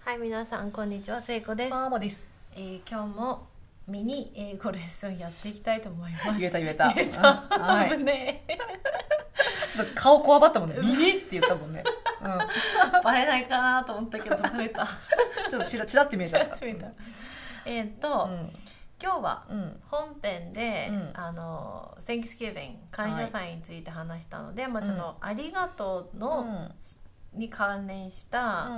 はい、皆さんこんにちは、聖子です。マーマです。えー、今日もミニ英語レッスンやっていきたいと思います。言えた言えた言えたうんはい危ねえ。ちょっと顔こわばったもんね。ミニって言ったもんね。うバレないかなと思ったけどバレ た。ん。ちょっとちらちらって見えちゃった。見えたえーっと、うん。今日はうん。本編で、うんあの Thanksgiving 感謝祭について話したので、まあその、ありがとううん。うの、んに関連した、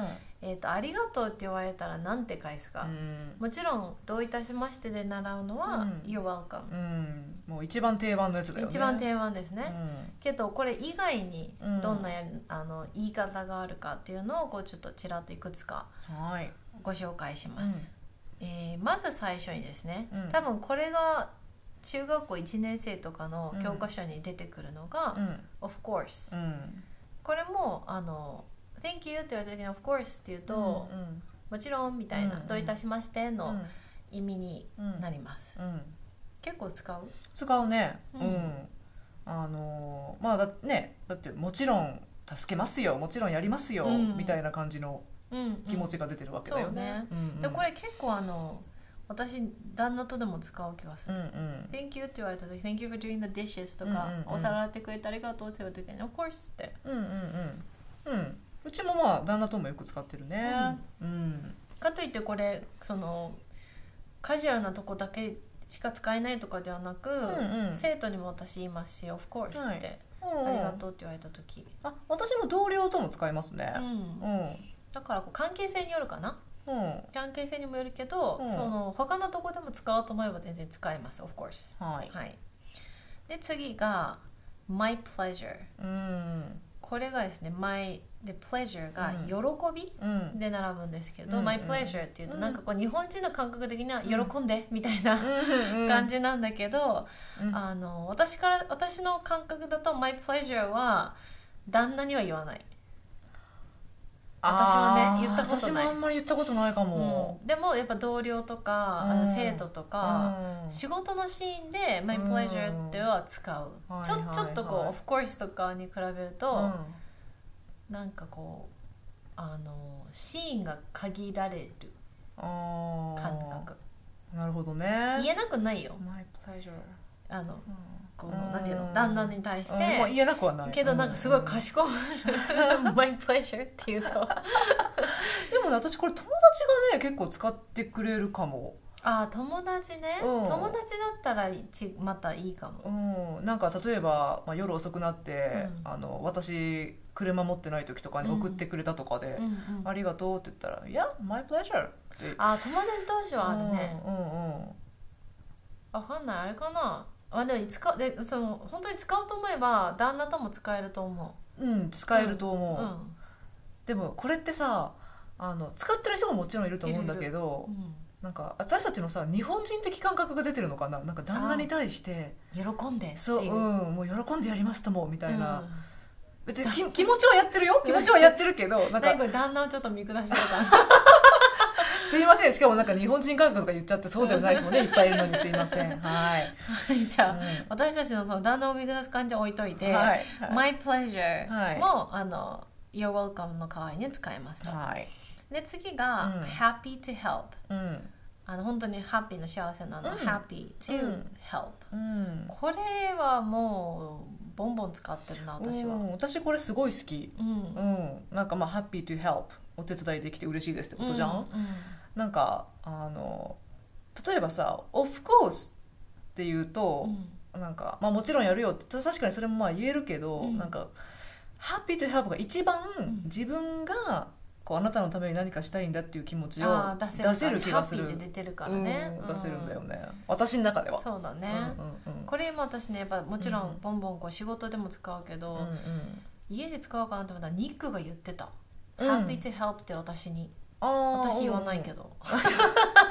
えーっとありがとうって言われたらなんて返すか。もちろんどういたしましてで習うのは、うん You're welcome。うん。もう一番定番のやつだよね。一番番。定番ですね、けどこれ以外にうんどんなや、あの言い方があるかっていうのをこうちょっとちらっといくつかはい。ご紹介します、えーまず最初にですね、うん多分これが中学校1年生とかの教科書に出てくるのが「うん。 of course う」ん。これもあの「thank you」って言われた時に「of course」って言うと「うん。もちろん」みたいな、うんどういたしまして」うのん意味にうん。なります、うん。結構使う使うね。ううんん。あのーまあだねだってもちろん助けますよもちろんやりますようんみたいな感じの気持ちが出てるわけだよね。うんでこ。れ結構あの私旦那とでも使う気がすうんるう「ん。 Thank you」って言われた時「Thank you for doing the dishes」とかうんうん「うんお皿洗ってくれてありがとう」って言われた時に「Of course」ってうんうんうんうんうちもまあ旦那ともよく使ってるねうんかといってこれそのカジュアルなとこだけしか使えないとかではなく、んうん生徒にも私言いますし「Of course」はいって、うんありがうとう」って言われた時、んあ私も同僚とも使いますねうんうんだからこう関係性によるかなうん関係性にもよるけど、うんその他のとこでも使おうと思えば全然使えます「Of course」はいはいで次が「My pleasure」うんこれがですね「my」で「pleasure」がう「ん喜びう」んで並ぶんですけど「うん my pleasure」っていうとうんなんかこう日本人の感覚的には「うん喜んで」みたいな感じなんだけど、うんあの私から私の感覚だと「my pleasure」は旦那には言わない、私はねあー言ったことない私もあんまり言ったことないかもでもやっぱ同僚とか、あうのん生徒とか、仕事のシーンで「my pleasure」っては使う、うんちょはいはいはいちょっとこう「of course」とかに比べると、うんなんかこうあのシーンが限られるあー感覚なるほどね言えなくないよ My pleasure あのうんこのうんなんていうの旦那に対しうんもうて言えなくはないけどなんかすごいうんかしこまる「my pleasure」っていうとあでもね私これ友達がね結構使ってくれるかも あ友達ねうん友達だったらちまたいいかもうんなんか例えば、まあ、夜遅くなって、うんあの私車持ってない時とかに送ってくれたとかでうんうん「ありがとう」って言ったら「いや my pleasure」ってあ友達同士はあるねうんうんうんわかんないあれかなあでも使うでその本当に使おうと思えば旦那とも使えると思うん使えるとうう思う、んでもこれってさあの使ってる人ももちろんいると思うんだけどうんなんか私たちのさ日本人的感覚が出てるのかななんか旦那に対して喜んでって「いうそう、うん、もう喜んでやりますとも」みたいな、うん別にき気持ちはやってるよ気持ちはやってるけどなんか何これ旦那をちょっと見下してる かすいませんしかもなんか日本人感覚とか言っちゃってそうではない人もねいっぱいいるのにすいませんはい、らじゃあ、うん私たちのその旦那を見下す感じは置いといて「はい、 My pleasure も」はいあの「You're welcome」の代わりに使えますと、はいで次が、うん Happy to help」うんあの本当に「happy」の幸せなの「うん happy う to ん help」うんこれはもうボンボン使ってるな私は、ううんん私これすごい好きうんうんなんかまあ「ハッピー to help」お手伝いできて嬉しいですってことじゃん、なんかあの例えばさ「of course」って言ううと、んなんか、まあ、もちろんやるよって確かにそれもまあ言えるけど、うんなんか「ハッピーとハーブ」が一番ん自分がこうあなたのために何かしたいんだっていう気持ちをあー出出せせるる気気ががすするるハッピーって出てるからね、うん、出せるんだようね私の中ではそうだね、うんうんうんこれ今私ねやっぱもちろうんんボンボンこう仕事でも使うけど、うんうん家で使おうかなと思ったらニックが言ってた「うん Happy to help」って私にあー私言わないけうんど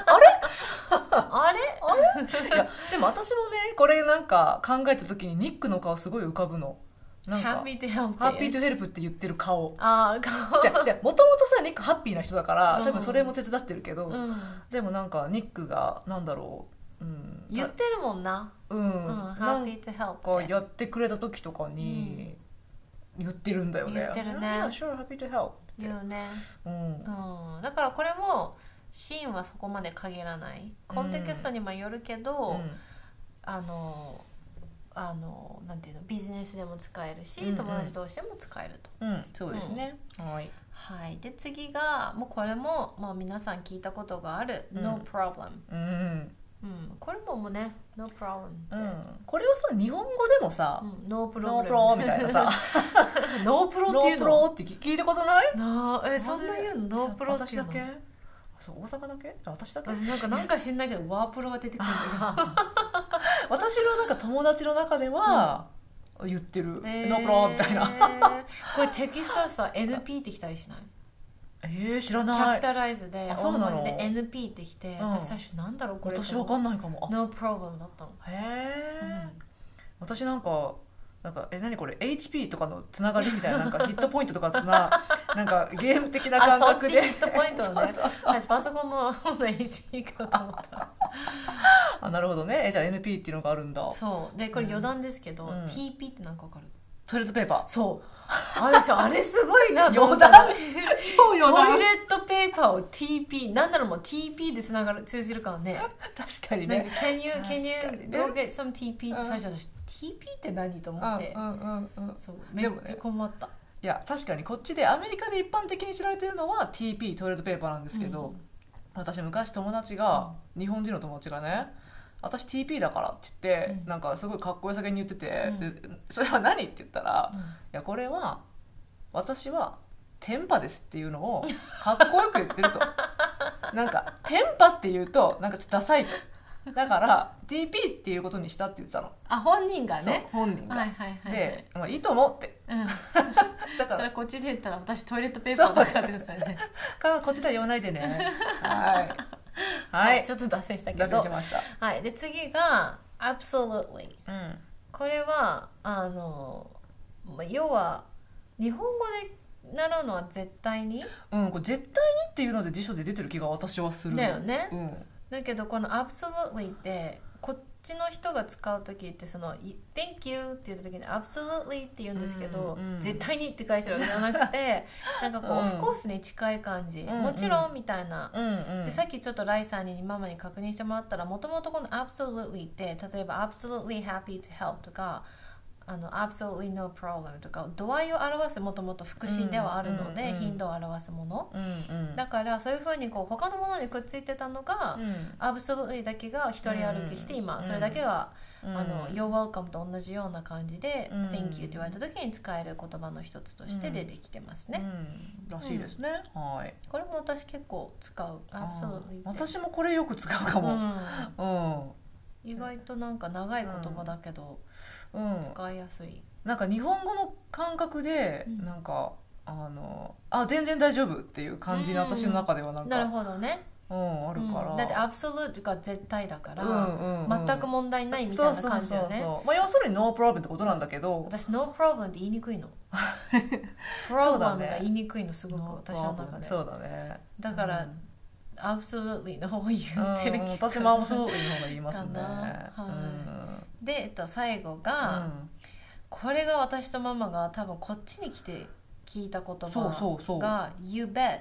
あれあれいやでも私もねこれなんか考えた時にニックの顔すごい浮かぶのなんか Happy to help ハッピーととヘルプって言ってる顔ああ顔じゃじゃもともとさニックハッピーな人だからうん多分それも手伝ってるけど、うんでもなんかニックがなんだろう、うん、言ってるもんな「うん、うん、なん Happy to help かって」やってくれた時とかに、言ってるんだよね言ってるね Yeah, sure, happy to help って言うね、うんうん、だからこれもシーンはそこまで限らないコンテキストにもよるけど、あのあのなんていうのビジネスでも使えるし、うんうん友達同士でも使えると。うん、うん、そうですね、はいはい、で次がもうこれも、まあ、皆さん聞いたことがある「うん No problem うん、」うん、これももうね「No problem」って、うん、これはさ日本語でもさうん、ノープ「ロノブレープムロ」みたいなさノー プ「ロノっていーうプのロ」って聞いたことないなあえそんな言うのノープロって私いうだのけあそう大阪だけ私だけ私なんかなんか知んないけどワープロが出てくるんだ 私のなんか友達の中では言ってる「ノけどープロ」みたいなな これテキストさ NP ってきたりしないえー、知らキャなピいタライズであそ大うなの文字で NP ってきてうん私最初なんだろうこれ私わかんないかもあ No problem だったのへえ、うん私なんかなんかえ何これ HP とかのつながりみたいな なんかヒットポイントとかつななんかゲーム的な感あそっ覚ちヒでットポイントのね そうそうそう私パソコンの方の HP かと思ったあなるほどねえじゃあ NP っていうのがあるんだそうでこれ余談ですけどうん TP ってなんかわかるトイレットペーパそうあれしょあれすごい なと思余った談のー 超余トイ談レットペーパーを TP なんならもう TP でつながる通じるからね確かになんねか Can you, 確か can に you ね go get some TP? ってうん最初私 TP って何と思ってうんうんうんうんそうめっでもちゃね困ったいや確かにこっちでアメリカで一般的に知られてるのは TP トイレットペーパーなんですけど、うん私昔友達が、日本人の友達がね私 TP だからって言って、うんなんかすごいかっこよさげに言ってて、うんでそれは何って言ったら、ういんやこれは私はテンパですっていうのをかっこよく 言ってるとなんかテンパって言うとなんかちょっとダサいとだから TP っていうことにしたって言ってたの、あ本人がそうね本人が、はいはいはいはいで、まあ、いいと思うってうんだからそれこっちで言ったら私トイレットペーパーだからってことだよねかこっちでは言わないでねはいはいちょっと脱線したけ脱線しどましたはいで次が Absolutely うんこれはあのまあ要は日本語で習うのは絶対にうん、これ絶対にっていうので辞書で出てる気が私はするだよねうんだけどこの「absolutely」ってこっちの人が使う時ってそのい「thank you」って言った時に「absolutely」って言うんですけど、うんうん絶対にって返してるわけじゃなくてなんかこう、うんオフコースに近い感じ、んうんもちろんみたいな。うんでさっきちょっとライさんにママに確認してもらったらもともとこの「absolutely」って例えば「absolutely happy to help」とか「あの absolutely no problem」とか度合いを表すもともと副詞ではあるので、うんうんうん頻度を表すもの、うんうんだからそういうふうにこう他のものにくっついてたのが、うんアブソルリだけが一人歩きしてうん今うんそれだけが「うんあの You're welcome」と同じような感じで「うん Thank you」って言われた時に使える言葉の一つとして出てきてますね。うんらしいですね、はいこれも私結構使う「アブソルリ」あー私もこれよく使うかうもんう意外となんか長い言葉だけどん、うん、使いやすい。なんか日本語の感覚で、うんなんかあのあ全然大丈夫っていう感じの私の中ではなんなるか、ほどね。うんあるから、うんだって「アブソルリ」が絶対だかうんらうんうん全く問題ないみたいな感じよそうそうそうね。そうまあ要するにノープロブってことなんだけど私「No problem」って言いにくいの。 プロブレそうだムねが言いにくいのすごく私の中 No problem で。そうだねだからうん absolutely の方を言ってるうん気が私もアブソルートの方が言いますねかなはうで、えっと、最後が、んこれが私とママが多分こっちに来て聞いた言葉そうそうそうが「You bet」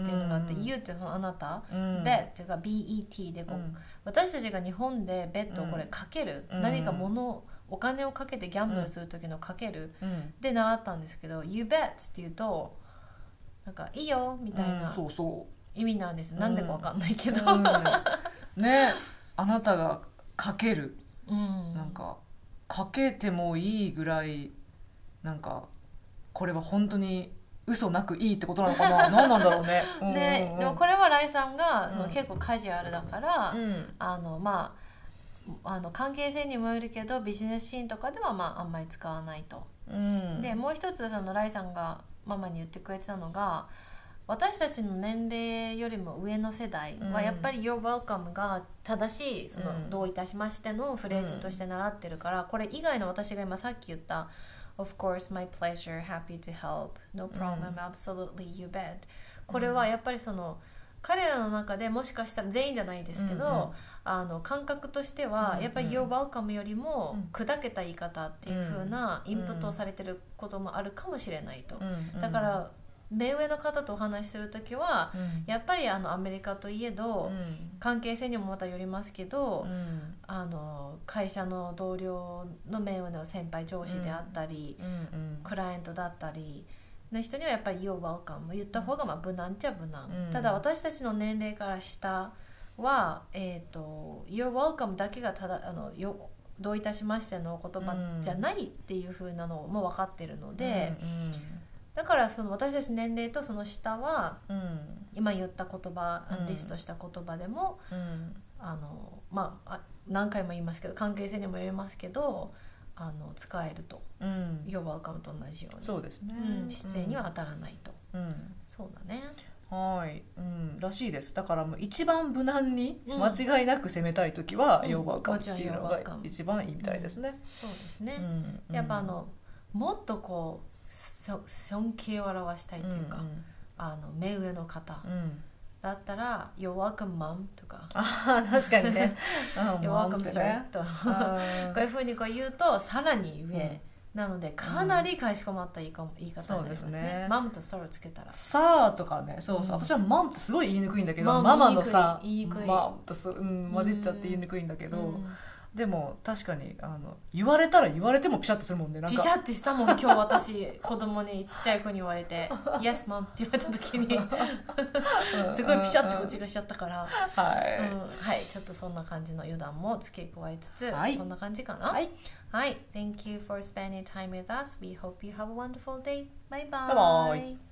っていうのがあって「うん You」っていうのはあなた「うん bet」が BET でこうう、ん私たちが日本で「bet」をこれかける、うん何か物をお金をかけてギャンブルする時のかける、うんで習ったんですけど「You bet」っていうとなんか「いいよ」みたいうんなそうそ意味なんです、なんでかわかんないけうど、うんねあなたがかけるうんなんかかけてもいいぐらいなんかこれは本当に嘘なくいいってことなのかな何なんだろうねうんう んねうんでもこれはライさんがそのうん結構カジュアルだから、うんあのまああの関係性にもよるけどビジネスシーンとかでは、まあ、あんまり使わないと、うんでもう一つそのライさんがママに言ってくれてたのが私たちの年齢よりも上の世代はうんやっぱり「You're welcome」が正しいその、うんどういたしましてのフレーズとして習ってるから、これ以外の私が今さっき言った「Of course my pleasure happy to help no problem、うん absolutely you bet」これはやっぱりその彼らの中でもしかしたら全員じゃないですけど、うんうんあの感覚としては、うんうんやっぱり「You're welcome」よりもうん砕けた言い方っていう風なインプットをされてることもあるかもしれないと、うんだから目上の方とお話しする時はうんやっぱりあのアメリカといえど、うん関係性にもまたよりますけど、うんあの会社の同僚の目上の先輩上司であったり、うんうんクライアントだったりの人にはやっぱり「You're welcome」言った方がまあ無難っちゃ無難、うんただ私たちの年齢から下は「えー、と You're welcome」だけがただあのよどういたしましてのお言葉じゃないっていう風なのも分かってるので、うんだからその私たち年齢とその下はうん今言った言葉、うんリストした言葉でもうんあの、まあ、あ何回も言いますけど関係性にもよりますけどあの使えるとうんう「ん You're welcome」と同じように。そうですねうん、姿勢には当たらないと、うんそうだねはい、うん、らしいですだからもう一番無難にうん間違いなく攻めたい時はうん要はかっていうのもちろんが要はか一番いいみたいですね、そうですね、うんやっぱあのもっとこうそ尊敬を表したいというか、うんあの目上の方うんうんだったら「You're welcome mom」とかあー確かにね「「You're welcome sir」とこうういうふうにこう言うとさらに上、うんなのでかなりかしこまった言いかも言い方になりますそうですねねマムとソロつけたらさあとかねそうそう、うん私はマンってすごい言いにくいんだけど、マンママのさ言いにくい言いにくいマンとす、うん、混じっちゃって言いにくいんだけど、うんでも確かにあの言われたら言われてもピシャッとするもんねなんピかシャってしたもん今日私子供にちっちゃい子に言われ て「Yes mom」って言われた時にすごいピシャってこっちが、がしちゃったから。はい、うんはい、ちょっとそんな感じの余談も付け加えつつ、はいこんな感じかな。ははい、い Thank you for spending time with us. We hope you have a wonderful day. Bye bye. Bye bye.